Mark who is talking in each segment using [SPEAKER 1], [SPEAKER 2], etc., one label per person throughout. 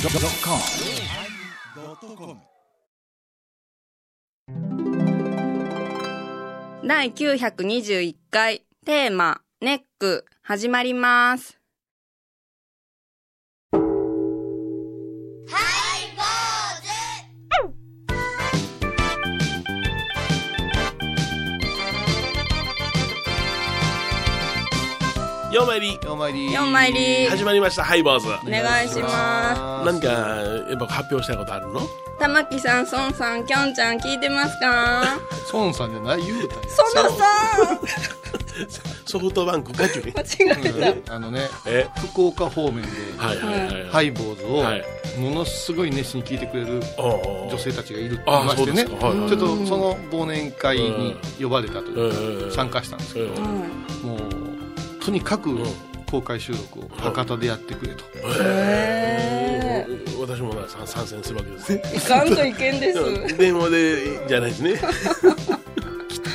[SPEAKER 1] yosmir
[SPEAKER 2] 第921回テーマネック始まります。
[SPEAKER 3] ようまいり
[SPEAKER 4] お参り
[SPEAKER 2] 四枚入り
[SPEAKER 3] 始まりましたハイボーズ
[SPEAKER 2] お願いします。
[SPEAKER 3] なんかやっぱ発表したいことあるの
[SPEAKER 2] 玉木さん、孫さん、きょんちゃん聞いてますか
[SPEAKER 4] 孫さんじゃない言うたよ
[SPEAKER 2] そのさん
[SPEAKER 3] ソフトバンクガチ ュリ
[SPEAKER 2] 間違え
[SPEAKER 4] あのね
[SPEAKER 3] え
[SPEAKER 4] 福岡方面で
[SPEAKER 3] はいはいはい
[SPEAKER 4] ハ
[SPEAKER 3] い
[SPEAKER 4] イボーズを
[SPEAKER 3] はい
[SPEAKER 4] ものすごい熱心に聞いてくれる女
[SPEAKER 3] 女
[SPEAKER 4] 性たちがいるって
[SPEAKER 3] あ
[SPEAKER 4] まし
[SPEAKER 3] そ
[SPEAKER 4] てね
[SPEAKER 3] うですかはいはい
[SPEAKER 4] ちょっとその忘年会に呼ばれたとい
[SPEAKER 3] う
[SPEAKER 4] う
[SPEAKER 3] ん
[SPEAKER 4] か参加したんですけど
[SPEAKER 3] うん
[SPEAKER 2] た。うん
[SPEAKER 4] もうとにかく
[SPEAKER 3] ん
[SPEAKER 4] 公開収録を博多でやってくれと
[SPEAKER 2] へ
[SPEAKER 3] 私もな参参戦するわけ ですね
[SPEAKER 2] いかんといけんです。
[SPEAKER 3] うん電話でじゃないです ね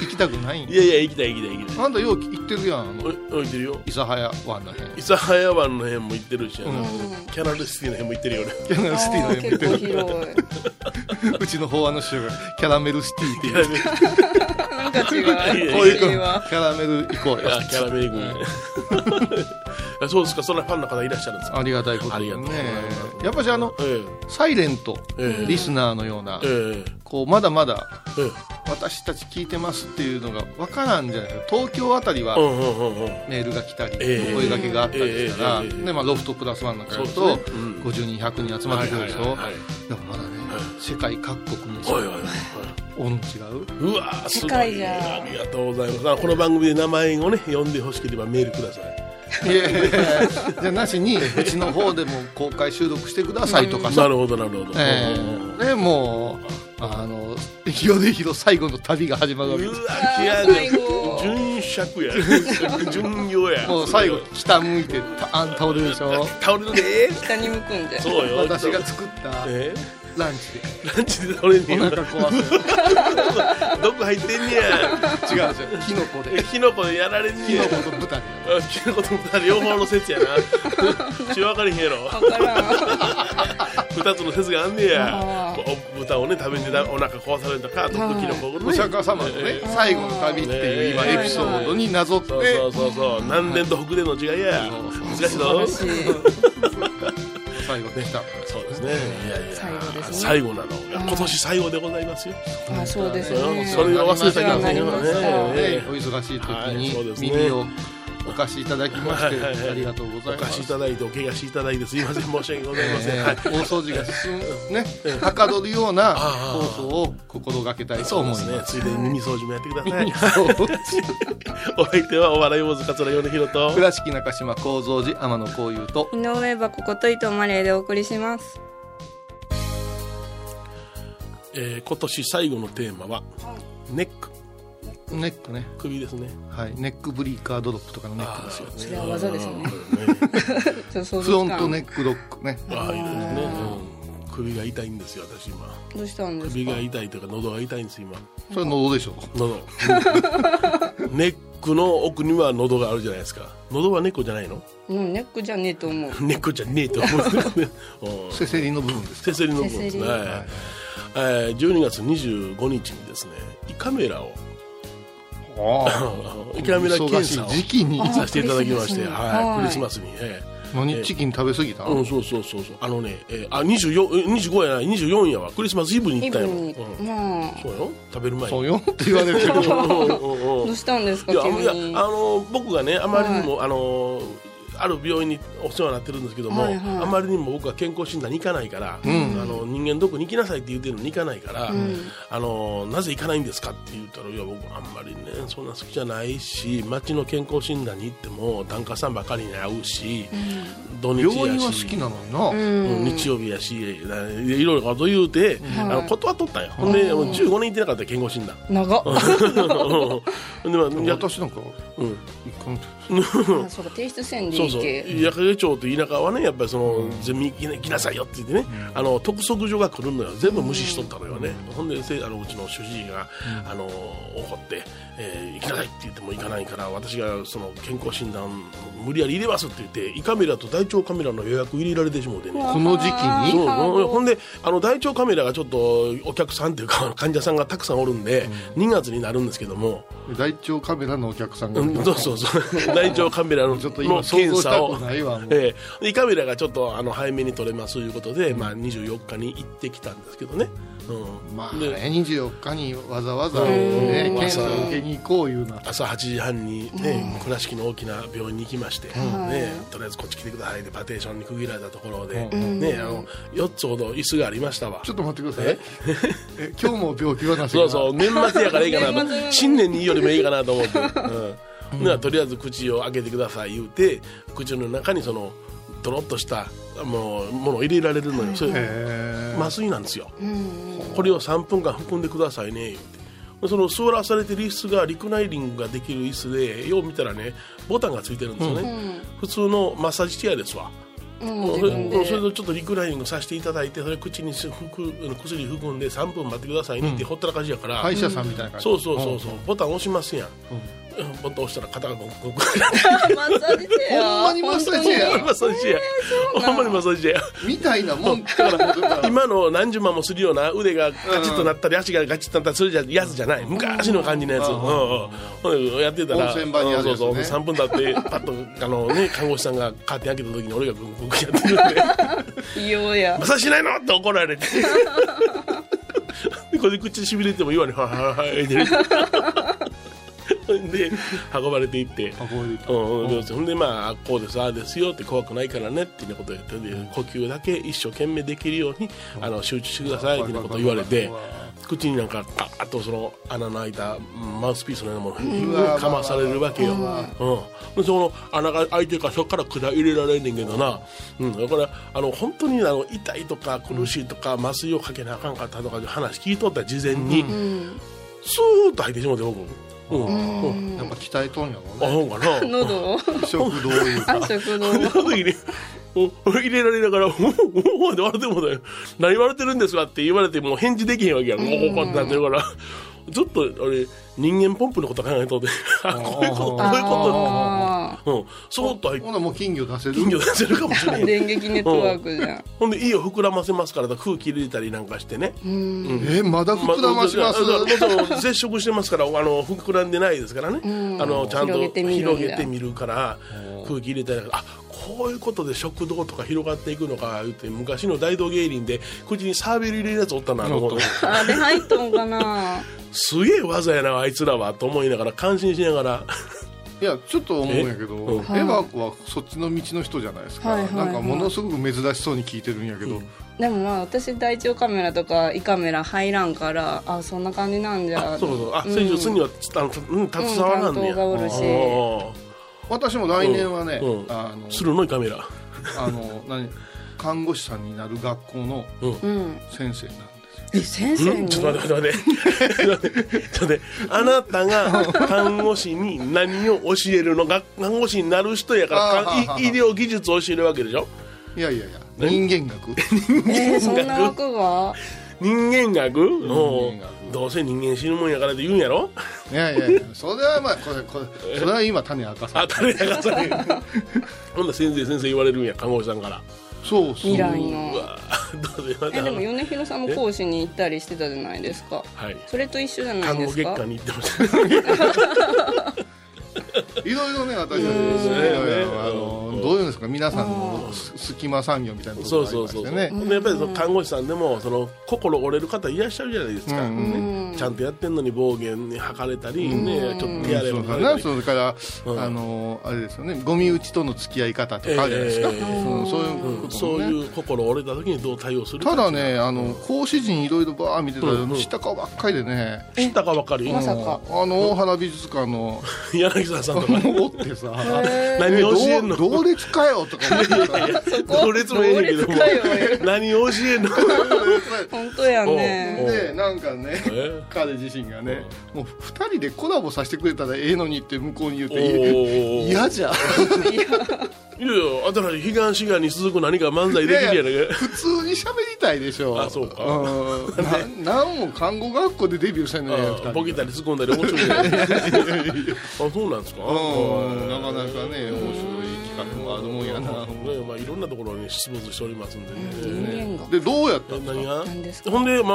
[SPEAKER 4] 行きたくないん
[SPEAKER 3] いやいや行きたい行きたい行きたい
[SPEAKER 4] あんたよう行ってるやんあの
[SPEAKER 3] おおいてるよ
[SPEAKER 4] 諫早湾の辺
[SPEAKER 3] 諫早湾の辺も行ってるし、あの
[SPEAKER 4] うん
[SPEAKER 3] キャナルシティの辺も行ってるよね
[SPEAKER 4] キャナルシティの
[SPEAKER 2] あー
[SPEAKER 4] 辺見
[SPEAKER 2] 結
[SPEAKER 4] て
[SPEAKER 2] 構
[SPEAKER 4] る
[SPEAKER 2] 広い。
[SPEAKER 4] うちの法案の師匠がキャラメルシティっ
[SPEAKER 3] キ
[SPEAKER 4] てい
[SPEAKER 3] ャ
[SPEAKER 4] う
[SPEAKER 3] ラメル
[SPEAKER 2] なんか違う。
[SPEAKER 3] こういう
[SPEAKER 4] キ
[SPEAKER 2] いいわ
[SPEAKER 4] ャラメル行こうよ
[SPEAKER 3] あキャラメル軍 あそうですかそんなファンの方いらっしゃるんですか
[SPEAKER 4] ありがたいこと
[SPEAKER 3] あ
[SPEAKER 4] で
[SPEAKER 3] り
[SPEAKER 4] ね
[SPEAKER 3] がとうございます
[SPEAKER 4] やっぱしあの
[SPEAKER 3] え
[SPEAKER 4] サイレント
[SPEAKER 3] ええ
[SPEAKER 4] リスナーのような
[SPEAKER 3] ええ
[SPEAKER 4] こうまだまだ
[SPEAKER 3] ええ
[SPEAKER 4] 私たち聞いてますっていうのがわからんじゃないですか東京あたりは
[SPEAKER 3] うんうんうんうん
[SPEAKER 4] メールが来たり、
[SPEAKER 3] ええ
[SPEAKER 4] お声掛けがあったりしたら、
[SPEAKER 3] ええええええ
[SPEAKER 4] でまあ、ロフトプラスワンなんかやる
[SPEAKER 3] そう
[SPEAKER 4] と、
[SPEAKER 3] ですねうん
[SPEAKER 4] 50人100人集まってくるでしょ、
[SPEAKER 3] はいはいはいはい
[SPEAKER 4] でもまだね、
[SPEAKER 3] は
[SPEAKER 4] 世界各国の
[SPEAKER 3] おいおいおい
[SPEAKER 4] 音違う
[SPEAKER 3] うわーす
[SPEAKER 2] 世
[SPEAKER 3] ご
[SPEAKER 2] 界
[SPEAKER 3] い
[SPEAKER 2] じゃん
[SPEAKER 3] ありがとうございますあこの番組で名前をね呼んでほしければメールください
[SPEAKER 4] いやいやいやじゃなしにうちの方でも公開収録してくださいとかさ、
[SPEAKER 3] なるほどなるほど、
[SPEAKER 4] え
[SPEAKER 3] うん
[SPEAKER 4] えねもうあの米広最後の旅が始まるわけです
[SPEAKER 3] うわ
[SPEAKER 2] ー
[SPEAKER 3] 気合
[SPEAKER 2] 最後
[SPEAKER 3] が純尺や純行や
[SPEAKER 4] もう最後下向いてパーン倒れるで しょ
[SPEAKER 3] 倒れるで
[SPEAKER 2] 下に向くんで。
[SPEAKER 3] そうよ
[SPEAKER 4] 私が作った
[SPEAKER 3] え
[SPEAKER 4] ランチで
[SPEAKER 3] ランチで倒れんね
[SPEAKER 4] お
[SPEAKER 3] ん
[SPEAKER 4] 腹壊す
[SPEAKER 3] 毒入ってんねや
[SPEAKER 4] 違うんですよキノコで
[SPEAKER 3] キノコでやられんね
[SPEAKER 4] キノ
[SPEAKER 3] や
[SPEAKER 4] コと 豚で
[SPEAKER 3] あキノコと豚両方の説やな血分かれへんやろ
[SPEAKER 2] わからん。
[SPEAKER 3] 二つの説があんねや
[SPEAKER 2] あ
[SPEAKER 3] お豚をね食べてだお腹壊されたか毒キノコを
[SPEAKER 4] お
[SPEAKER 3] ね
[SPEAKER 4] 釈迦様のね最後の旅っていう今
[SPEAKER 3] ね
[SPEAKER 4] エピソードになぞって
[SPEAKER 3] そうそうそうそう南電と北電の違いや難しいぞ
[SPEAKER 2] 素晴らしい。
[SPEAKER 4] 最後できた
[SPEAKER 3] そうですねいやいや
[SPEAKER 2] 最後ですね
[SPEAKER 3] 最後なのいや今年最後でございますよ
[SPEAKER 2] あ、そうです
[SPEAKER 3] うん
[SPEAKER 2] ね。
[SPEAKER 3] それを忘れちゃいけませんよ
[SPEAKER 2] お世話にな
[SPEAKER 3] ね
[SPEAKER 4] ねお忙しい時
[SPEAKER 3] はいそうで
[SPEAKER 4] に
[SPEAKER 3] すね
[SPEAKER 4] 耳をお貸しいただきまして
[SPEAKER 3] はいはいはい
[SPEAKER 4] ありがとうご
[SPEAKER 3] お
[SPEAKER 4] ざいま
[SPEAKER 3] 貸しい
[SPEAKER 4] す
[SPEAKER 3] ただいてお怪我していただいてすいません申し訳ございません
[SPEAKER 4] え
[SPEAKER 3] は
[SPEAKER 4] ー
[SPEAKER 3] い
[SPEAKER 4] 大掃除が進むねはかどるような
[SPEAKER 3] あ
[SPEAKER 4] 放
[SPEAKER 3] ー
[SPEAKER 4] 送を心がけたいと
[SPEAKER 3] そう
[SPEAKER 4] 思
[SPEAKER 3] で
[SPEAKER 4] いますす
[SPEAKER 3] ねついでに耳掃除もやってください
[SPEAKER 4] そう
[SPEAKER 3] お相手はお笑い坊主桂米宏と
[SPEAKER 4] 倉敷中島幸三寺天野幸雄と
[SPEAKER 2] 井上はここと伊藤マレーでお送りします。
[SPEAKER 3] えー今年最後のテーマはネック
[SPEAKER 4] ネックね
[SPEAKER 3] 首ですね
[SPEAKER 4] はい、ネックブリーカードロップとかのネックですよ。
[SPEAKER 2] それは技ですね。ちょっと想
[SPEAKER 4] フロ
[SPEAKER 2] 像
[SPEAKER 4] ン
[SPEAKER 2] つかん
[SPEAKER 4] トネックロックね。
[SPEAKER 3] ああいいですね、うん首が痛いんですよ私今
[SPEAKER 2] どうしたんです
[SPEAKER 3] 首
[SPEAKER 2] か
[SPEAKER 3] が痛いというか喉が痛いんです今
[SPEAKER 4] それ喉でしょ。
[SPEAKER 3] 喉 ネックの奥には喉があるじゃないですか喉は猫じゃないの
[SPEAKER 2] うん、ネックじゃねえと 思う。
[SPEAKER 3] 猫じゃねえと思ううん
[SPEAKER 4] セセリの部分です
[SPEAKER 3] せ
[SPEAKER 4] か
[SPEAKER 3] せりの部分
[SPEAKER 2] せ
[SPEAKER 3] ですね、
[SPEAKER 2] せり
[SPEAKER 3] はいえー12月25日にですね胃カメラを
[SPEAKER 4] あ
[SPEAKER 3] 胃カメラ検査を
[SPEAKER 4] 忙しい時期に。
[SPEAKER 3] させていただきまして
[SPEAKER 2] あー
[SPEAKER 3] はいクリス
[SPEAKER 2] クリ
[SPEAKER 3] マスに、ええ
[SPEAKER 4] 何チキン食べ過ぎた
[SPEAKER 3] うん、そうそうそうそうあのね、えー、あ24え25やない24やわクリスマスイブに行
[SPEAKER 2] イ
[SPEAKER 3] った
[SPEAKER 2] ブ
[SPEAKER 3] よ、う
[SPEAKER 2] に
[SPEAKER 3] ん、
[SPEAKER 2] まあ、
[SPEAKER 3] そうよ食べる前に
[SPEAKER 4] そうよって言われるけど。
[SPEAKER 3] うんうん
[SPEAKER 2] ど
[SPEAKER 3] うん
[SPEAKER 2] うしたんですか
[SPEAKER 3] いや
[SPEAKER 2] 急
[SPEAKER 3] いや
[SPEAKER 2] に。
[SPEAKER 3] あの僕がねあまりにも、あのある病院にお世話になってるんですけども、
[SPEAKER 2] はいはい
[SPEAKER 3] あまりにも僕は健康診断に行かないから、あの人間どこに行きなさいって言ってるのに行かないから、あのなぜ行かないんですかって言ったらいや僕あんまりねそんな好きじゃないし町の健康診断に行っても檀家さんばかりに会うし、土日や
[SPEAKER 4] 病
[SPEAKER 3] し
[SPEAKER 4] 院は好きなのにな。
[SPEAKER 3] うん日曜日やしいろいろこと言うて、あの断っとったんよ、ほんでもう15年行ってなかったよ健康診断
[SPEAKER 2] 長っ。
[SPEAKER 3] うんでまあやっと
[SPEAKER 4] 私なんか
[SPEAKER 3] うん
[SPEAKER 4] 一回も
[SPEAKER 2] あそうか、提出せんでいいう
[SPEAKER 3] そそうそう
[SPEAKER 2] っていう
[SPEAKER 3] 八影町と田舎はねやっぱりその全民行きな行きなさいよって言ってね、あの督促状が来るのよ全部無視しとったのよね、ほんでせあのうちの主治医が、あの怒って、えー行きなさいって言っても行かないから私がその健康診断無理やり入れますって言って胃カメラと大腸カメラの予約入れられてしもうてね
[SPEAKER 4] この時期に
[SPEAKER 3] そうほんほんであの大腸カメラがちょっとお客さんというか患者さんがたくさんおるんで、2月になるんですけども、
[SPEAKER 4] 大腸カメラのお客さんが、
[SPEAKER 3] うんそうそうそう 大腸カメラの
[SPEAKER 4] ちょっと今
[SPEAKER 3] の
[SPEAKER 4] 想
[SPEAKER 3] 検
[SPEAKER 4] 像した
[SPEAKER 3] 査
[SPEAKER 4] く
[SPEAKER 3] を
[SPEAKER 4] ないわもう
[SPEAKER 3] ええで胃カメラがちょっとあの早めに取れますということで、まあ、24日に行ってきたんですけどね、うん
[SPEAKER 4] まあ
[SPEAKER 3] で
[SPEAKER 4] ね24日にわざわざ、
[SPEAKER 3] う
[SPEAKER 4] ね
[SPEAKER 3] ん、
[SPEAKER 4] 検査を受けに行こういうな
[SPEAKER 3] 朝8時半に、ね倉敷の大きな病院に行きまして、ね、とりあえずこっち来てくださいでパテーションに区切られたところで、ね、あの4つほど椅子がありましたわ
[SPEAKER 4] ちょっと待ってくださいえ今日も病気話
[SPEAKER 3] そ
[SPEAKER 4] が
[SPEAKER 3] うそう年末やからいいかなと新 年にいいよりもいいかなと思 って、うんではとりあえず口を開けてください言うて口の中にそのドロッとしたもうものを入れられるのよそれ
[SPEAKER 4] へ
[SPEAKER 3] 麻酔なんですよ、これを3分間含んでくださいね言うてその座らされてる椅子がリクライニングができる椅子でよう見たらねボタンがついてるんですよね、普通のマッサージチェアですわ、もうそれもうそれとちょっとリクライニングさせていただいてそれ口にす含む薬含んで3分待ってくださいねってほったらかしやから、
[SPEAKER 4] 歯医者さんみたいな感じ
[SPEAKER 3] そうそうそうそう、ボタン押しますやん、ボタン押したら肩がゴクゴ ク
[SPEAKER 2] マッサージチェア
[SPEAKER 4] ほんまにマッサージチェア
[SPEAKER 3] マッサージチェアほんまにマッサージチェア
[SPEAKER 4] みたいなもん
[SPEAKER 3] だから今の何十万もするような腕がガチッとなったり足がガチッとなったりするじゃやつじゃない昔の感じのやつ、うんうんやってたら
[SPEAKER 4] 温泉場にあるやつね
[SPEAKER 3] そうそうそう3分経ってパッとあの、ね、看護師さんがカーテン開けた時に俺がグングングンやってるんで
[SPEAKER 2] いようや
[SPEAKER 3] 「マッサージしないの?」って怒られて でこれで口しびれても言われ「はいはいはい」で で運ばれていって。うんうん、ほんでまあこうですああですよって怖くないからねっていうようなことを言ってで呼吸だけ一生懸命できるようにあの集中してくださいっていうようなことを言われて口になんかガーッとその穴の開いたマウスピースのようなも
[SPEAKER 4] う
[SPEAKER 3] の
[SPEAKER 4] わ
[SPEAKER 3] をかまされるわけよ、うん、でその穴が開いてるからそこから管入れられんねんけどな、うん、だからあの本当にあの痛いとか苦しいとか麻酔をかけなあかんかったとかいう話聞いとった事前に、スーッと入ってしまって僕。うんうん
[SPEAKER 4] やっぱ鍛えとんやろう
[SPEAKER 3] あ
[SPEAKER 4] ね
[SPEAKER 3] ほんかな
[SPEAKER 2] 喉を
[SPEAKER 4] 食堂いうか
[SPEAKER 2] あ食堂
[SPEAKER 3] そんな時に、お入れられながら、おおおって笑ってもだよ。何言われてるんですかって言われても返事できへんわけやん。おおってなってるから、ちょっと、あれ、人間ポンプのこと考えとって、あ、こういうこと、こういうこ
[SPEAKER 2] あ
[SPEAKER 3] と、うん、そーっと入って
[SPEAKER 4] ほなもう金魚出せる
[SPEAKER 3] 金魚出せるかもしれ
[SPEAKER 2] ー
[SPEAKER 3] ん。
[SPEAKER 2] 電撃ネットワークじゃん
[SPEAKER 3] ほんで、胃を膨らませますから、空気入れたりなんかしてね。
[SPEAKER 4] えまだ膨らましま
[SPEAKER 3] あ
[SPEAKER 4] す、
[SPEAKER 3] あああ接触してますからあの膨らんでないですからね、あのちゃんと
[SPEAKER 2] 広げてみるんだ
[SPEAKER 3] 広げてみるから空気入れたりあこういうことで食道とか広がっていくのか言って昔の大道芸人で口にサーベル入れるやつおったなあの
[SPEAKER 4] おった
[SPEAKER 2] あれ入っとんかな
[SPEAKER 3] すげえ技やなあいつらはと思いながら感心しながら
[SPEAKER 4] いやちょっと思うんやけど、
[SPEAKER 3] うん
[SPEAKER 4] エヴァ子はそっちの道の人じゃないですか、
[SPEAKER 2] はいはいはい
[SPEAKER 4] なんかものすごく珍しそうに聞いてるんやけど、
[SPEAKER 2] でもまあ私大腸カメラとか胃カメラ入らんからあそんな感じなんじゃ
[SPEAKER 3] あそうそうあ選手すにはつあのつうん携わらんねや
[SPEAKER 2] うん担当がおるし
[SPEAKER 4] 私も来年はね、
[SPEAKER 3] うんうん
[SPEAKER 4] あ
[SPEAKER 3] あ
[SPEAKER 4] の
[SPEAKER 3] ーするのいカメラ
[SPEAKER 4] あの何看護師さんになる学校の
[SPEAKER 2] うん
[SPEAKER 4] 先生なんで
[SPEAKER 2] え先生
[SPEAKER 3] ん
[SPEAKER 2] に
[SPEAKER 3] ちょっと待って待って待って ちょっと待ってあなたが看護師に何を教えるのが看護師になる人やから
[SPEAKER 4] あーはーは
[SPEAKER 3] か
[SPEAKER 4] ー
[SPEAKER 3] 医医療技術を教えるわけでしょ
[SPEAKER 4] す、いやいやいや人間 学
[SPEAKER 2] えーそんな枠が
[SPEAKER 3] 人間学おう
[SPEAKER 4] 人間学
[SPEAKER 3] どうせ人間死ぬもんやからって言うんやろ
[SPEAKER 4] いやいやいやそれはまあこれこれそれは今種明かさ
[SPEAKER 3] あ
[SPEAKER 4] れた
[SPEAKER 3] たれやがされほんなら先生先生言われるんや看護師さんから
[SPEAKER 4] そうそう
[SPEAKER 2] 未来の
[SPEAKER 3] うわどうせまた
[SPEAKER 2] えでも米広さんも講師に行ったりしてたじゃないですか
[SPEAKER 3] はい
[SPEAKER 2] それと一緒じゃない
[SPEAKER 3] 看護
[SPEAKER 2] で
[SPEAKER 3] 月
[SPEAKER 2] すか
[SPEAKER 3] 間に行ってました
[SPEAKER 4] いろいろね私たちですねいろいろあのどういうんですか皆さんのす隙間産業みたいなとこ
[SPEAKER 3] そ
[SPEAKER 4] ろ
[SPEAKER 3] うそう
[SPEAKER 4] がありまして
[SPEAKER 3] そ
[SPEAKER 4] ね
[SPEAKER 3] うそう、でやっぱりその看護師さんでもその心折れる方いらっしゃるじゃないですか、
[SPEAKER 4] うん
[SPEAKER 3] ね、ちゃんとやってんのに暴言に吐かれたり、ねちょっと手
[SPEAKER 4] そ
[SPEAKER 3] 荒れば
[SPEAKER 4] う
[SPEAKER 3] か
[SPEAKER 4] だ
[SPEAKER 3] れた
[SPEAKER 4] な
[SPEAKER 3] り
[SPEAKER 4] それから、あのあれですよねゴミ打ちとの付き合い方とかあるじゃないですか、
[SPEAKER 3] ええ
[SPEAKER 4] うんそういうこともね、
[SPEAKER 3] そういう心折れた時にどう対応するか
[SPEAKER 4] ただねあの講師陣いろいろバー見てたら、
[SPEAKER 3] うんうん
[SPEAKER 4] 知った顔ばっかりでね、
[SPEAKER 3] 知ったかばかり
[SPEAKER 2] まさか
[SPEAKER 4] あの大原美術 館の
[SPEAKER 3] 柳沢さんとか
[SPEAKER 4] おってさ
[SPEAKER 3] 何を教えん
[SPEAKER 4] 同
[SPEAKER 3] の
[SPEAKER 4] 同列かよとか思っ てさ
[SPEAKER 3] 同列もええねんけども
[SPEAKER 2] 同列かよ
[SPEAKER 3] 何を教え んの
[SPEAKER 2] 本当やね
[SPEAKER 4] でなんかね
[SPEAKER 3] え
[SPEAKER 4] 彼自身がねもう2 人でコラボさせてくれたらええのにって向こうに言っ
[SPEAKER 3] おー
[SPEAKER 4] て嫌じゃん
[SPEAKER 3] いやいや、新しい、東がに続く何か漫才できるや
[SPEAKER 4] いやい
[SPEAKER 3] な
[SPEAKER 4] や普通に喋りたいでしょ
[SPEAKER 3] あそうか
[SPEAKER 4] うんななんも看護学校でデビューしたんじゃないの二人
[SPEAKER 3] ボケたり突っ込んだり面白い ねあそうなんですか
[SPEAKER 4] うんなかなかね面白い企画もあるもんやな
[SPEAKER 3] ねまあ、いろんなところに出没しておりますんでね、
[SPEAKER 2] 人間が
[SPEAKER 4] でどうやった
[SPEAKER 3] え
[SPEAKER 4] の
[SPEAKER 3] 何が
[SPEAKER 2] 何ですか
[SPEAKER 3] ほんで、まあ、あ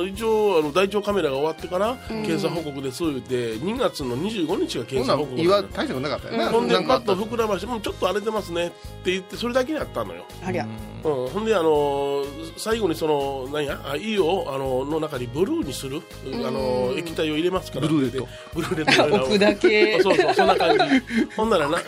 [SPEAKER 3] の一応あの大腸カメラが終わってから検査報告です言って2月の25日が
[SPEAKER 4] ほん
[SPEAKER 3] 検
[SPEAKER 4] な
[SPEAKER 3] 査
[SPEAKER 4] ら
[SPEAKER 3] 報告
[SPEAKER 4] 岩大したことなかったよな
[SPEAKER 3] ほんで
[SPEAKER 4] なんか
[SPEAKER 3] パ
[SPEAKER 4] あっ
[SPEAKER 3] ッと
[SPEAKER 4] た
[SPEAKER 3] 膨らましてもうちょっと荒れてますねって言ってそれだけやったのよ、
[SPEAKER 2] ありゃ
[SPEAKER 3] うん、ほんであの最後にそのなんやあいいよあのの中にブルーにするあの液体を入れますから
[SPEAKER 4] ブルーレット
[SPEAKER 3] ブルーレットのような
[SPEAKER 2] 置くだけ
[SPEAKER 3] そうそうそんな感じほんならな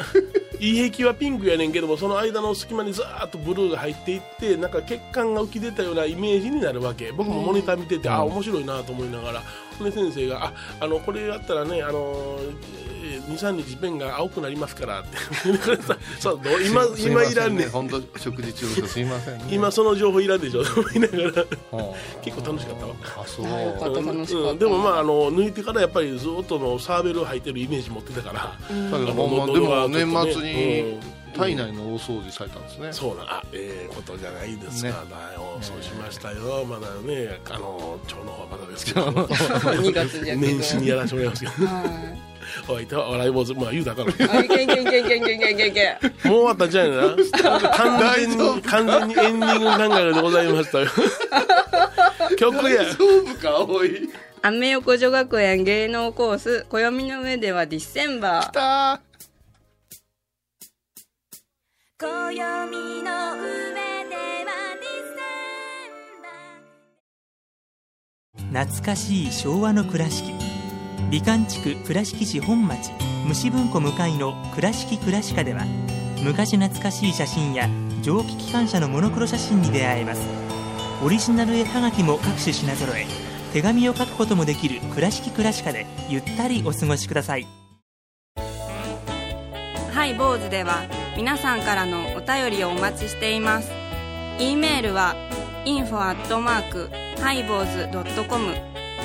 [SPEAKER 3] 胃壁はピンクやねんけどもその間の隙間にザーッとブルーが入っていってなんか血管が浮き出たようなイメージになるわけ僕もモニター見てて、あ面白いなと思いながらほんで先生が「ああのこれやったらねあの23日便が青くなりますから」 ってそうどう今
[SPEAKER 4] すいま
[SPEAKER 3] 今
[SPEAKER 4] せ
[SPEAKER 3] いらんねん
[SPEAKER 4] 本当食事中ですいませんね
[SPEAKER 3] 今その情報いらんでしょと思いながら
[SPEAKER 4] は
[SPEAKER 3] 結構楽しかったわ
[SPEAKER 4] ああそう
[SPEAKER 2] あよかった楽しかった
[SPEAKER 3] うんでもまああの抜いてからやっぱりずっとのサーベル入ってるイメージ持ってたから、
[SPEAKER 4] だけど
[SPEAKER 3] うん
[SPEAKER 4] まあまあでも年末に
[SPEAKER 3] うん
[SPEAKER 4] 体内の大掃除されたんですね
[SPEAKER 3] そうなあええことじゃないですか、
[SPEAKER 4] ね
[SPEAKER 3] だよそうしましたよ、まだねあの腸の方はまだですけど
[SPEAKER 2] 2月じゃけど
[SPEAKER 3] 年始にやらしてもらいますけ
[SPEAKER 2] はい
[SPEAKER 3] どおいては笑い坊主まあ言うだからも
[SPEAKER 2] あいけいけいけいけいけいけいけいけ
[SPEAKER 3] う終わったんじゃないな完全
[SPEAKER 4] 大丈
[SPEAKER 3] に完全にエンディング考えでございましたよ曲や
[SPEAKER 4] 丈夫かおい
[SPEAKER 2] アメ横女学園芸能コース暦の上ではディセンバー
[SPEAKER 4] た
[SPEAKER 1] 暦の上ではディセンバー
[SPEAKER 5] 懐かしい昭和の倉敷美観地区倉敷市本町虫文庫向かいの「倉敷倉歯科」では昔懐かしい写真や蒸気機関車のモノクロ写真に出会えますオリジナル絵はがきも各種品揃え手紙を書くこともできる「倉敷倉歯科」でゆったりお過ごしください
[SPEAKER 2] ハイボーズでは皆さんからのお便りをお待ちしています。e メールは info アットマークハイボーズドットコム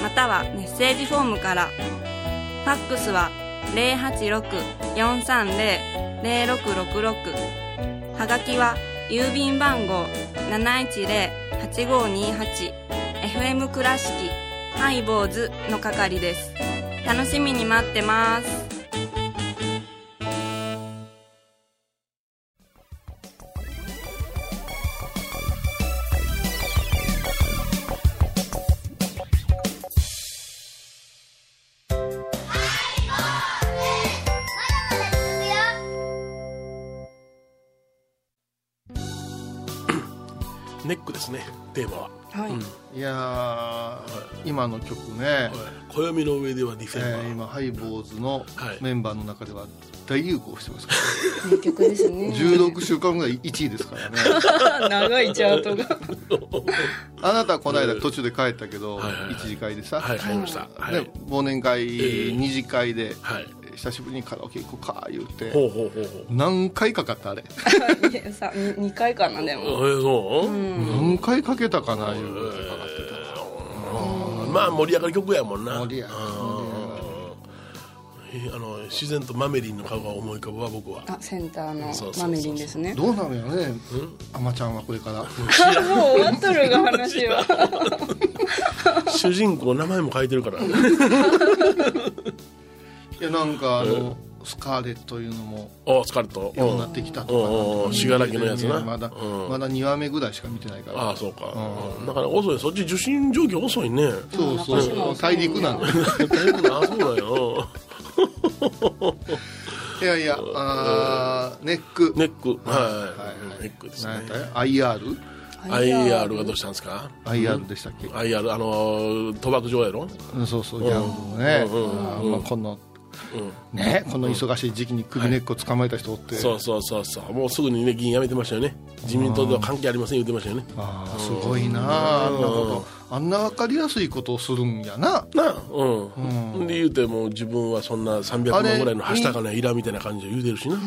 [SPEAKER 2] またはメッセージフォームから。ファックスは086-430-0666はがきは郵便番号710-8528 FM 倉敷ハイボーズの係です。楽しみに待ってます。
[SPEAKER 3] ネックですねテーマは
[SPEAKER 2] はい。
[SPEAKER 4] いやー今の曲ね、
[SPEAKER 3] 「暦の上ではディ
[SPEAKER 4] え
[SPEAKER 3] センバー」
[SPEAKER 4] ー今ハイボーズの
[SPEAKER 3] はい
[SPEAKER 4] メンバーの中では大流行してますから、
[SPEAKER 2] 名曲ですね。
[SPEAKER 4] 16週間ぐらい1位ですから ね
[SPEAKER 2] 長いチャートが。
[SPEAKER 4] あなたはこの間途中で帰ったけど、
[SPEAKER 3] はいはいはい
[SPEAKER 4] 一次会でさ、
[SPEAKER 3] はい、入りました。はい。
[SPEAKER 4] ね忘年会
[SPEAKER 3] ええ
[SPEAKER 4] 二次会で、
[SPEAKER 3] はい。
[SPEAKER 4] 久しぶりにカラオケ行こうか言うて
[SPEAKER 3] ほうほうほうほう。
[SPEAKER 4] 何回かかったあれ
[SPEAKER 2] さ、二回かな、で
[SPEAKER 3] え
[SPEAKER 2] も。
[SPEAKER 3] ー、そう、
[SPEAKER 4] 何回かけたかな言う
[SPEAKER 3] え
[SPEAKER 4] てかかってた
[SPEAKER 3] ーまあ、盛り上がる曲やもんな。
[SPEAKER 4] 盛り上がる
[SPEAKER 3] えーあの、自然とマメリンの顔が思い浮かぶわ、僕は。
[SPEAKER 2] あ、センターの
[SPEAKER 3] そうそうそうそう
[SPEAKER 2] マメリンですね。
[SPEAKER 4] どうなのよねあまちゃんはこれから
[SPEAKER 2] あ、もう終わっとるが話は。
[SPEAKER 3] 主人公、名前も書いてる からね。
[SPEAKER 4] いやなんかあのスカーレットいうのも
[SPEAKER 3] お、疲れと。
[SPEAKER 4] ようになってき
[SPEAKER 3] う
[SPEAKER 4] た
[SPEAKER 3] んうん
[SPEAKER 4] と
[SPEAKER 3] うんう
[SPEAKER 4] か
[SPEAKER 3] ん信楽のやつな
[SPEAKER 4] まだ
[SPEAKER 3] うん
[SPEAKER 4] まだ2話目ぐらいしか見てないから
[SPEAKER 3] ああ、そうか。うんだから遅い。そっち受信状況遅いね。
[SPEAKER 4] そうそう
[SPEAKER 2] 中島
[SPEAKER 4] 大陸なんだよ
[SPEAKER 3] だいぶなそうだよ。
[SPEAKER 4] いやいやあーネック
[SPEAKER 3] ネック。は
[SPEAKER 4] はいはい
[SPEAKER 3] い。ネックですね
[SPEAKER 4] 何。やったよ IR?
[SPEAKER 3] IR がどうしたんですか
[SPEAKER 4] IR でしたっけ
[SPEAKER 3] ?IR、あのー、賭博場やろ
[SPEAKER 4] うんそうそうギャンブルのねあーまあこのねこの忙しい時期に首根っこ捕まえた人おって
[SPEAKER 3] そうそうそうそうもうすぐにね議員辞めてましたよね自民党では関係ありません言ってましたよね
[SPEAKER 4] あーすごいなああんなことあんな分かりやすいことをするんやな
[SPEAKER 3] なあうん、で言うても自分はそんな300
[SPEAKER 4] あれ
[SPEAKER 3] 万ぐらいのはした金いらみたいな感じで言うてるしな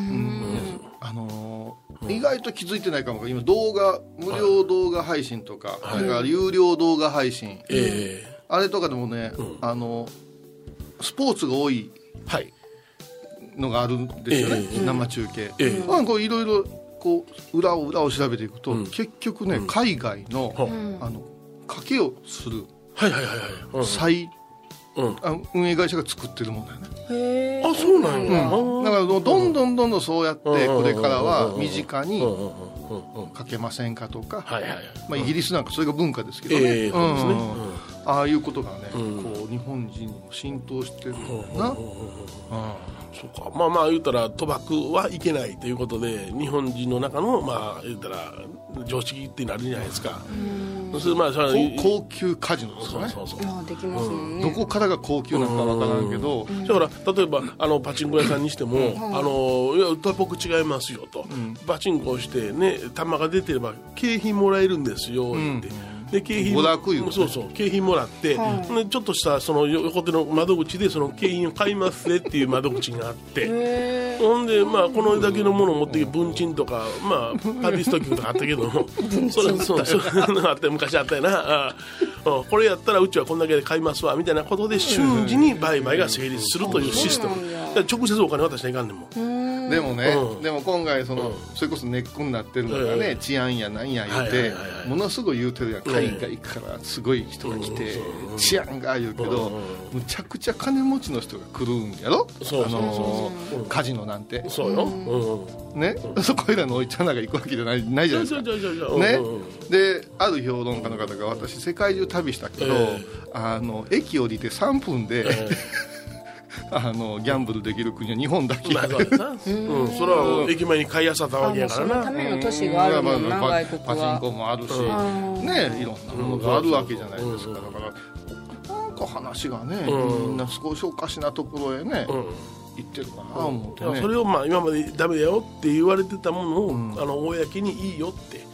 [SPEAKER 4] あのー意外と気づいてないかも今動画無料動画配信とか、それから有料動画配信、
[SPEAKER 3] ええ
[SPEAKER 4] あれとかでもね、あのスポーツが多い
[SPEAKER 3] はい
[SPEAKER 4] のがあるんですよね、
[SPEAKER 3] え
[SPEAKER 4] 生中継、
[SPEAKER 3] ええ
[SPEAKER 4] まあこういろいろこう裏を裏を調べていくと、
[SPEAKER 3] うん
[SPEAKER 4] 結局ね、海外の,、
[SPEAKER 3] は
[SPEAKER 4] あの賭けをする
[SPEAKER 3] はいはいはいはい
[SPEAKER 4] 最、
[SPEAKER 3] うんうん
[SPEAKER 4] あ運営会社が作ってるもんだよね、
[SPEAKER 2] へ
[SPEAKER 3] あそうなん
[SPEAKER 4] うん
[SPEAKER 3] や
[SPEAKER 4] だからどんどんどんどんそうやっ
[SPEAKER 3] う
[SPEAKER 4] て
[SPEAKER 3] ん
[SPEAKER 4] これからは身近
[SPEAKER 3] うんうん
[SPEAKER 4] に
[SPEAKER 3] うんうん
[SPEAKER 4] 賭けませんかとか、
[SPEAKER 3] はいはいはい
[SPEAKER 4] まあ、イギリスなんかそれが文化ですけどね、
[SPEAKER 3] ええそうですね
[SPEAKER 4] うんああいうことがね、
[SPEAKER 3] うん
[SPEAKER 4] こう日本人にも浸透してるんだよ
[SPEAKER 3] うん
[SPEAKER 4] な、
[SPEAKER 3] うんうんうんうん
[SPEAKER 4] うん
[SPEAKER 3] そうかまあまあ言うたら賭博はいけないということで日本人の中のまあ言うたら常識ってなるじゃないですかそうするとまあそれは
[SPEAKER 4] 高高級カジノです
[SPEAKER 3] そ
[SPEAKER 4] よ
[SPEAKER 3] う
[SPEAKER 4] ね
[SPEAKER 3] そうそう
[SPEAKER 2] まあできますもんね
[SPEAKER 4] どこからが高級なのかわからんけど、
[SPEAKER 3] だから例えばあのパチンコ屋さんにしても、あのいや歌っぽく違いますよと、パチンコをしてね玉が出てれば景品もらえるんですよって、で景品
[SPEAKER 4] 娯楽いうのね
[SPEAKER 3] そうそう景品もらって、でちょっとしたその横手の窓口でその景品を買いますねっていう窓口があって。ほんでまあこのだけのものを持ってきて文鎮とかまあパディストキとかあったけどもそれそうそういうのあって昔あったよなああうんこれやったらうちはこんだけで買いますわみたいなことで瞬時に売買が成立するというシステムだから直接お金渡しないかんねんもん
[SPEAKER 4] でもね、
[SPEAKER 3] うん
[SPEAKER 4] でも今回その、
[SPEAKER 3] うん
[SPEAKER 4] それこそ根っこになってるのがね、治安やなんや言うて、
[SPEAKER 3] はいはいはいはい
[SPEAKER 4] ものすごい言うてるやん
[SPEAKER 3] うん
[SPEAKER 4] 海外からすごい人が来て、
[SPEAKER 3] うん
[SPEAKER 4] 治安が言うけど、むちゃくちゃ金持ちの人が来るんやろ
[SPEAKER 3] そうそうそう
[SPEAKER 4] あのーカジノなんて
[SPEAKER 3] そうようん
[SPEAKER 4] ね、そこいらのおいちゃんなんか行くわけじゃないないじ
[SPEAKER 3] じ
[SPEAKER 4] ゃ
[SPEAKER 3] ゃ
[SPEAKER 4] な
[SPEAKER 3] あ
[SPEAKER 4] いで
[SPEAKER 3] じゃあ
[SPEAKER 4] す
[SPEAKER 3] じ
[SPEAKER 4] か
[SPEAKER 3] ゃあじゃあじゃあ
[SPEAKER 4] ね
[SPEAKER 3] うんうん、
[SPEAKER 4] である評論家の方が私世界中旅したけど、
[SPEAKER 3] え
[SPEAKER 4] あの駅降りて3分で、
[SPEAKER 3] え
[SPEAKER 4] あのギャンブルできる国は日本だけ
[SPEAKER 3] えま
[SPEAKER 4] や
[SPEAKER 3] あ
[SPEAKER 4] で
[SPEAKER 3] そうやなうんそれは駅前に買いあさったわけやからな
[SPEAKER 2] めの都市があるもんな
[SPEAKER 4] まあまあ
[SPEAKER 2] 外国は
[SPEAKER 4] パチンコもあるし、ねいろんなものがあるわけじゃないですか、だからなんか話がね、
[SPEAKER 3] うん
[SPEAKER 4] みんな少しおかしなところへね、
[SPEAKER 3] うん
[SPEAKER 4] 行ってるかなと思ってね、
[SPEAKER 3] それをまあ今までダメだよって言われてたものを、あの公にいいよって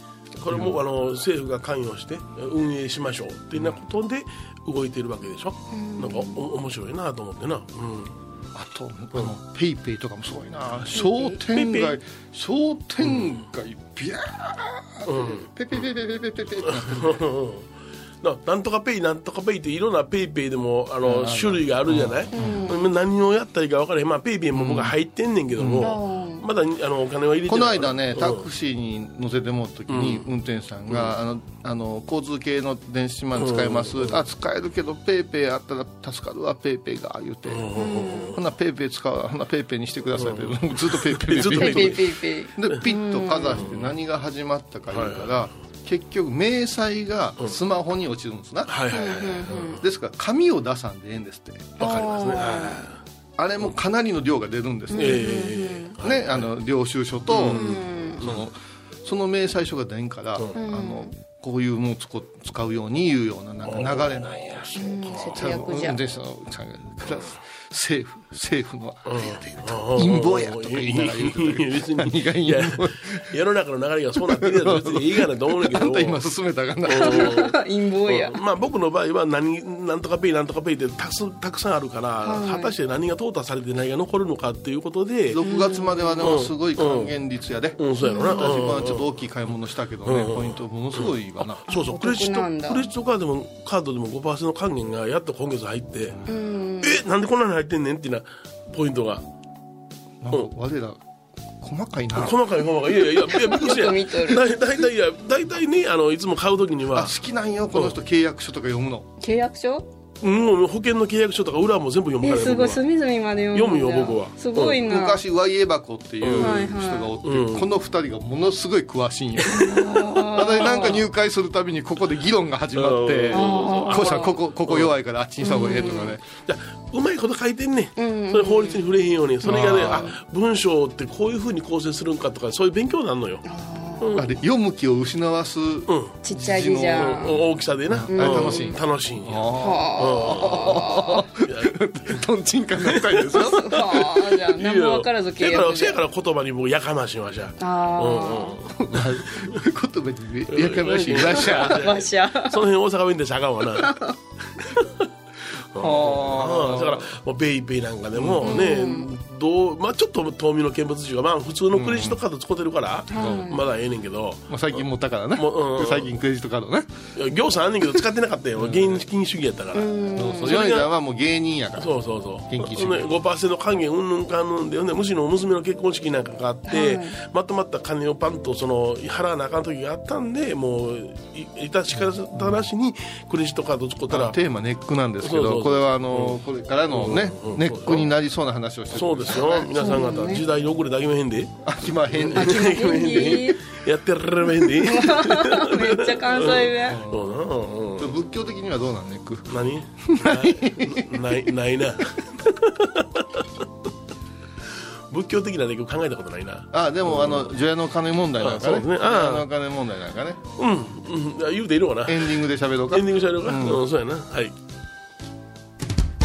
[SPEAKER 3] これも、あの政府が関与して運営しましょうっていうようなことで動いてるわけでしょ、なんかお面白いなと思ってな、うん
[SPEAKER 4] あとあのペイペイとかもすごいな商店
[SPEAKER 3] ペイ
[SPEAKER 4] 街商店街ビャーってペイペイペイペイペイペイペイペイってなってる
[SPEAKER 3] ななんとかペイなんとかペイっていろんなペイペイでもあの種類があるじゃない、何をやったらいいか分からへん、まあ、ペイペイも僕は入ってんねんけども、まだあのお金は入れて
[SPEAKER 4] この
[SPEAKER 3] ない
[SPEAKER 4] 間ねタク
[SPEAKER 3] シ
[SPEAKER 4] シーに乗せてもらった時に運転手さんが「あのあの交通系の電子マネー使えます」あ使えるけどペイペイあったら助かるわペイペイが」言うて「ほなペイペイ使うわほなペイペイにしてください」って ずっとペイペイ で
[SPEAKER 3] ずっとペイペイ
[SPEAKER 2] ペイペイ
[SPEAKER 4] でピッとかざして何が始まったか言うから結局明細がスマホに落ちるんですな、
[SPEAKER 3] はいはいはいはい
[SPEAKER 4] ですから紙を出さんでええんですって
[SPEAKER 3] わかりますねはい
[SPEAKER 4] あれもかなりの量が出るんですね,、
[SPEAKER 3] え
[SPEAKER 4] ねあの領収書と、そのその明細書が出んから、あのこういうものをつこ使うように言うようななんか流れなんや
[SPEAKER 2] 節約じゃ
[SPEAKER 4] でそのちゃんがクラス政府政府の
[SPEAKER 3] え
[SPEAKER 4] 陰謀やとか言いながら言うてたけど
[SPEAKER 3] 別
[SPEAKER 4] 何が
[SPEAKER 3] に
[SPEAKER 4] 陰謀
[SPEAKER 3] いや世の中の流れがそうなってるやつ別にいいかなと思うんだけど
[SPEAKER 4] あんた今進めたらあかんな
[SPEAKER 2] 陰謀や
[SPEAKER 3] まあ、僕の場合は何なんとかペイなんとかペイってたくさんたくさんあるから、果たして何が淘汰されて何が残るのかっていうことで、
[SPEAKER 4] 6月まではでもすごい還元率やで、
[SPEAKER 3] うん、そうやろな、
[SPEAKER 4] 私
[SPEAKER 3] うん
[SPEAKER 4] はちょっと大きい買い物したけどね、ポイントものすごいわな、
[SPEAKER 3] そうそうクレジ
[SPEAKER 2] お得なん
[SPEAKER 3] ッ
[SPEAKER 2] だ
[SPEAKER 3] トクレジットカードでもカードでも5%還元がやっと今月入って、えなんでこんなの入ってんねんっていうなポイントが
[SPEAKER 4] なんか我ら細かいな
[SPEAKER 3] 細かい細かいいやいやいやいやびっ くりして
[SPEAKER 2] よく見てる
[SPEAKER 3] 大体いや大体ねあのいつも買う時に
[SPEAKER 4] あ
[SPEAKER 3] は
[SPEAKER 4] 好きなんよこの人契約書とか読むの
[SPEAKER 2] 契約書
[SPEAKER 3] もう保険の契約書とか裏も全部読
[SPEAKER 2] え
[SPEAKER 3] むから
[SPEAKER 2] すごい
[SPEAKER 3] 僕は
[SPEAKER 2] 隅々まで読むんだ
[SPEAKER 3] 読むよ僕は
[SPEAKER 2] すごいな
[SPEAKER 4] 昔ワイエバコっていう人
[SPEAKER 2] はいはい
[SPEAKER 4] がおって、
[SPEAKER 3] うん
[SPEAKER 4] この二人がものすごい詳しいんよ私なんか入会するたびにここで議論が始まっ
[SPEAKER 3] う
[SPEAKER 4] て「
[SPEAKER 3] ん
[SPEAKER 4] こうしたらここここ弱いからあっちにした方がええ」とかね
[SPEAKER 3] じゃあうまいこと書いてんね、それ法律に触れへんようにそれがねあ
[SPEAKER 4] あ
[SPEAKER 3] 文章ってこういうふうに構成するんかとかそういう勉強になんのよ、
[SPEAKER 4] あれ読む気を失わす
[SPEAKER 3] うん、
[SPEAKER 2] ちっちゃい字じゃん
[SPEAKER 3] お大きさでな、
[SPEAKER 4] んあれ楽しい
[SPEAKER 3] うん楽しいんや
[SPEAKER 4] とんちんかんな深いですよ
[SPEAKER 2] ああじゃあ
[SPEAKER 3] いいよ
[SPEAKER 2] 何も分からず契
[SPEAKER 3] せやか
[SPEAKER 2] 約
[SPEAKER 3] らせ
[SPEAKER 2] じゃ
[SPEAKER 3] やから言葉に僕やかましいわじゃ
[SPEAKER 2] あ
[SPEAKER 4] 言葉にやかましいらっしゃ
[SPEAKER 2] あ馬車
[SPEAKER 3] その辺大阪弁でしゃあかんわなうんだからもうベイベイなんかでもね、どう、まあ、ちょっと遠見の見物中が、まあ、普通のクレジットカード使ってるから、まだええねんけど、
[SPEAKER 4] まあ、最近持ったからな、
[SPEAKER 3] もううんうん
[SPEAKER 4] 最近クレジットカードな、
[SPEAKER 3] いや行さんあんねんけど使ってなかったよ、現金主義やったから。
[SPEAKER 4] そうそう米田はもう芸人やから
[SPEAKER 3] そうそうそう
[SPEAKER 4] 元気主義
[SPEAKER 3] ほんで5%還元うんぬんかんぬんでほんでむしろ娘の結婚式なんかがあって、まとまった金をパンとその払わなあかん時があったんでもういいたしかたなしにクレジットカード使ったら
[SPEAKER 4] テーマネックなんですけ
[SPEAKER 3] そう
[SPEAKER 4] ど
[SPEAKER 3] そうそう
[SPEAKER 4] これはあの、これからのね、
[SPEAKER 3] うんうん
[SPEAKER 4] ネックになりそうな話をしてる
[SPEAKER 3] そうですよ皆さん方、時代遅れだけめへ んで
[SPEAKER 4] あ今変で
[SPEAKER 3] だけめへん でやってられめへん で
[SPEAKER 2] めっちゃ関西弁
[SPEAKER 3] そうなうんうん
[SPEAKER 4] 仏教的にはどうなんネック
[SPEAKER 3] 何ないなないな仏教的な出来事考えたことないな
[SPEAKER 4] あでも、あの除夜の鐘問題なんか
[SPEAKER 3] あそう
[SPEAKER 4] ね
[SPEAKER 3] ですね
[SPEAKER 4] 除
[SPEAKER 3] あ
[SPEAKER 4] 夜の鐘問題なんかね
[SPEAKER 3] うん、うん、あ言うていいのかな
[SPEAKER 4] エンディングで喋ろうか
[SPEAKER 3] エンディングしゃべろうか、うんそうやなはい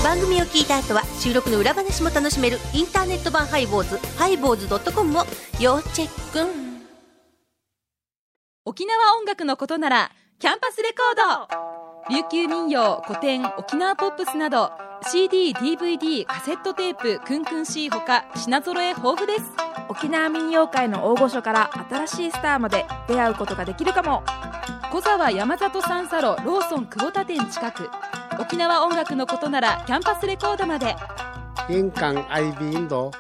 [SPEAKER 6] 番組を聞いた後は収録の裏話も楽しめるインターネット版ハイボーズハイボーズドットコムを要チェック
[SPEAKER 7] 沖縄音楽のことならキャンパスレコード琉球民謡古典沖縄ポップスなど CDDVD カセットテープクンクン C ほか品揃え豊富です
[SPEAKER 8] 沖縄民謡界の大御所から新しいスターまで出会うことができるかも
[SPEAKER 7] 小沢山里三佐路ローソン久保田店近く沖縄音楽のことならキャンパスレコードまで
[SPEAKER 9] 玄関アイビーインド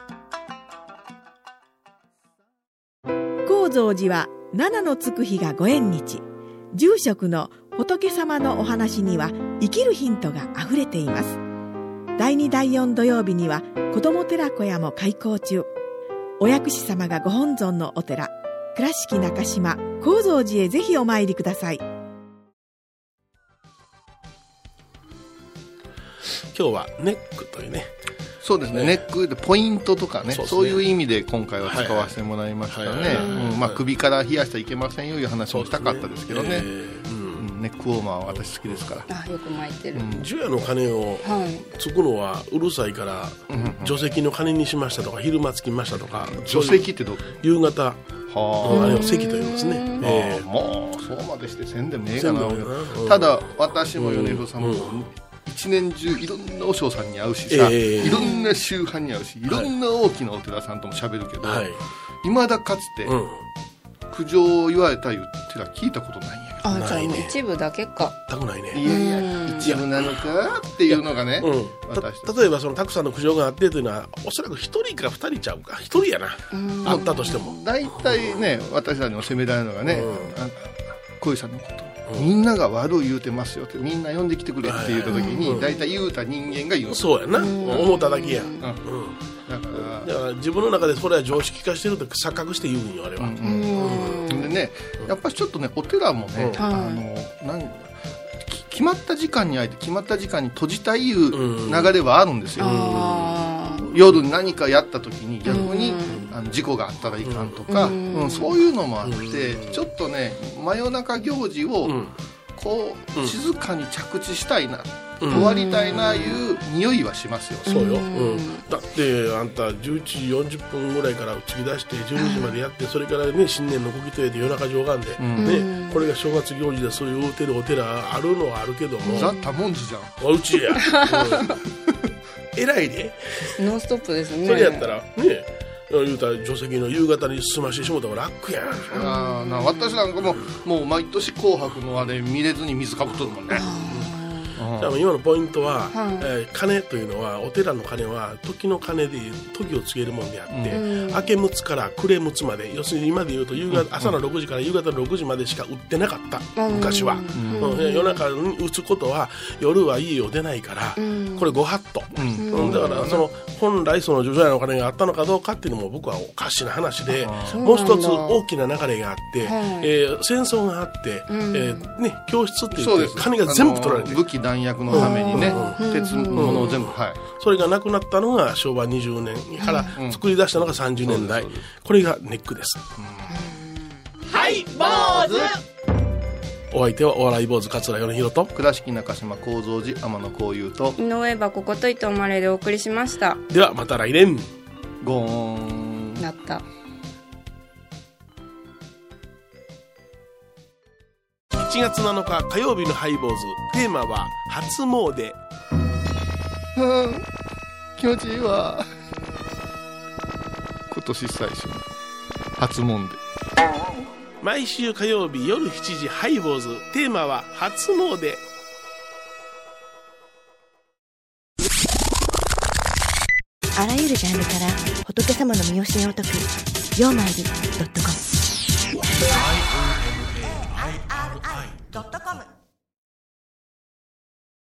[SPEAKER 10] 高蔵寺は七のつく日がご縁日住職の仏様のお話には生きるヒントがあふれています第2第4土曜日には子ども寺小屋も開校中お薬師様がご本尊のお寺倉敷中島・高蔵寺へぜひお参りください
[SPEAKER 3] 今日はネックというね
[SPEAKER 4] そうですねネックでポイントとかね
[SPEAKER 3] そ
[SPEAKER 4] そうう
[SPEAKER 3] ですね
[SPEAKER 4] いう意味で今回は使わせてもらいました
[SPEAKER 3] はいは
[SPEAKER 4] ね
[SPEAKER 3] いはいはい
[SPEAKER 4] うんまあ首から冷やしてはいけませんよいう話もしたかったですけどね
[SPEAKER 3] えーうん
[SPEAKER 4] うんネックウォーマーは私好きですから、
[SPEAKER 2] あよく巻いてる、
[SPEAKER 3] 除夜の鐘を
[SPEAKER 2] はい
[SPEAKER 3] つくのはうるさいから除石の鐘にしましたとか昼間つきましたとか
[SPEAKER 4] 除
[SPEAKER 3] そういう
[SPEAKER 4] 籍ってどう
[SPEAKER 3] 夕方
[SPEAKER 4] は
[SPEAKER 3] あれを石と言いますね
[SPEAKER 4] あ、
[SPEAKER 3] えー
[SPEAKER 4] もうそうまでしてせんでもねえかな
[SPEAKER 3] せんでもええなうん
[SPEAKER 4] ただ私も米広さんも一年中いろんな和尚さんに会うしさ、
[SPEAKER 3] ええ
[SPEAKER 4] いろんな宗派に会うしいろんな大きなお寺さんとも喋るけど、
[SPEAKER 3] はいい、
[SPEAKER 4] まだかつて
[SPEAKER 3] うん、
[SPEAKER 4] 苦情を言われたいう寺聞いたことないんや
[SPEAKER 2] あじゃあ
[SPEAKER 3] ないね
[SPEAKER 2] 一部だけか
[SPEAKER 3] たくない
[SPEAKER 4] けど
[SPEAKER 3] ね
[SPEAKER 4] いやいや一部なのかっていうのがね、
[SPEAKER 3] うん、た
[SPEAKER 4] 私たち
[SPEAKER 3] 例えばそのたくさんの苦情があってというのはおそらく一人か二人ちゃうか一人やなあったとしても
[SPEAKER 4] 大体ね私たちの責められるのがね
[SPEAKER 3] う
[SPEAKER 4] あの小遊さんのことみんなが悪い言うてますよってみんな呼んできてくれって言った時
[SPEAKER 3] うん
[SPEAKER 4] に大体言うた人間が言うの
[SPEAKER 3] そうやな思っただけやうん
[SPEAKER 4] んだから
[SPEAKER 3] だから自分の中でそれは常識化してると錯覚して言うんよあれは、
[SPEAKER 4] でねやっぱりちょっとねお寺もね、
[SPEAKER 3] うん
[SPEAKER 4] あのなんき決まった時間に開いて決まった時間に閉じたいいう
[SPEAKER 3] うん
[SPEAKER 4] 流れはあるんですよ、
[SPEAKER 2] あ
[SPEAKER 4] 夜に何かやった時に逆に、あの事故があったらいかんとか、
[SPEAKER 2] うん
[SPEAKER 4] うんそういうのもあって、
[SPEAKER 3] う
[SPEAKER 4] ちょっとね真夜中行事を
[SPEAKER 3] うん
[SPEAKER 4] こう、
[SPEAKER 3] うん
[SPEAKER 4] 静かに着地したいな、
[SPEAKER 3] うん
[SPEAKER 4] 終わりたいないう匂いはしますよ、
[SPEAKER 3] そうよ、うん、だってあんた11時40分ぐらいから突き出して12時までやってそれからね新年の小木とで夜中上岸で、
[SPEAKER 4] うん
[SPEAKER 3] ね、これが正月行事でそういうお寺お寺あるのはあるけども
[SPEAKER 4] ザ・多文字じゃん
[SPEAKER 3] おう ちや、うん、偉いで、
[SPEAKER 2] ーノンストップですね
[SPEAKER 3] それやったらね言うたら助手席の夕方に済ましてしもたら楽やん
[SPEAKER 4] あーな私なんかももう毎年「紅白」のあれ見れずに水かぶっとるもんね
[SPEAKER 3] だから今のポイントは、えー鐘というのはお寺の鐘は時の鐘で時を告げるもんであって、明け六つから暮れ六つまで要するに今で言うと夕方、朝の6時から夕方の6時までしか売ってなかった、昔は、うん夜中に打つことは夜は家を出ないから、これご法度、うんだからその本来その徐々夜のお金があったのかどうかっていうのも僕はおかしな話でもう一つ大きな流れがあって、えー戦争があって、えーね、教室って
[SPEAKER 4] そう
[SPEAKER 3] 言
[SPEAKER 4] で
[SPEAKER 3] って
[SPEAKER 4] す
[SPEAKER 3] 金が全部取られて
[SPEAKER 4] あの武器弾薬のためにね、鉄物を全部、はい
[SPEAKER 3] それがなくなったのが昭和20年から作り出したのが30年代、
[SPEAKER 4] そうです
[SPEAKER 3] これがネックです、はい坊主お相手はお笑い坊主桂米宏と
[SPEAKER 4] 倉敷中島幸三寺天野幸雄と
[SPEAKER 2] 井上はここと伊藤マレーでお送りしました
[SPEAKER 3] ではまた来年
[SPEAKER 4] ゴーン
[SPEAKER 2] なった
[SPEAKER 3] 1月7日火曜日のハイボーズテーマは初詣
[SPEAKER 4] 気持ちいいわ年最初に初詣
[SPEAKER 3] 毎週火曜日夜7時ハイボーズテーマは初詣
[SPEAKER 6] あらゆるジャンルから仏様の身教えを解く「曜マイル .com」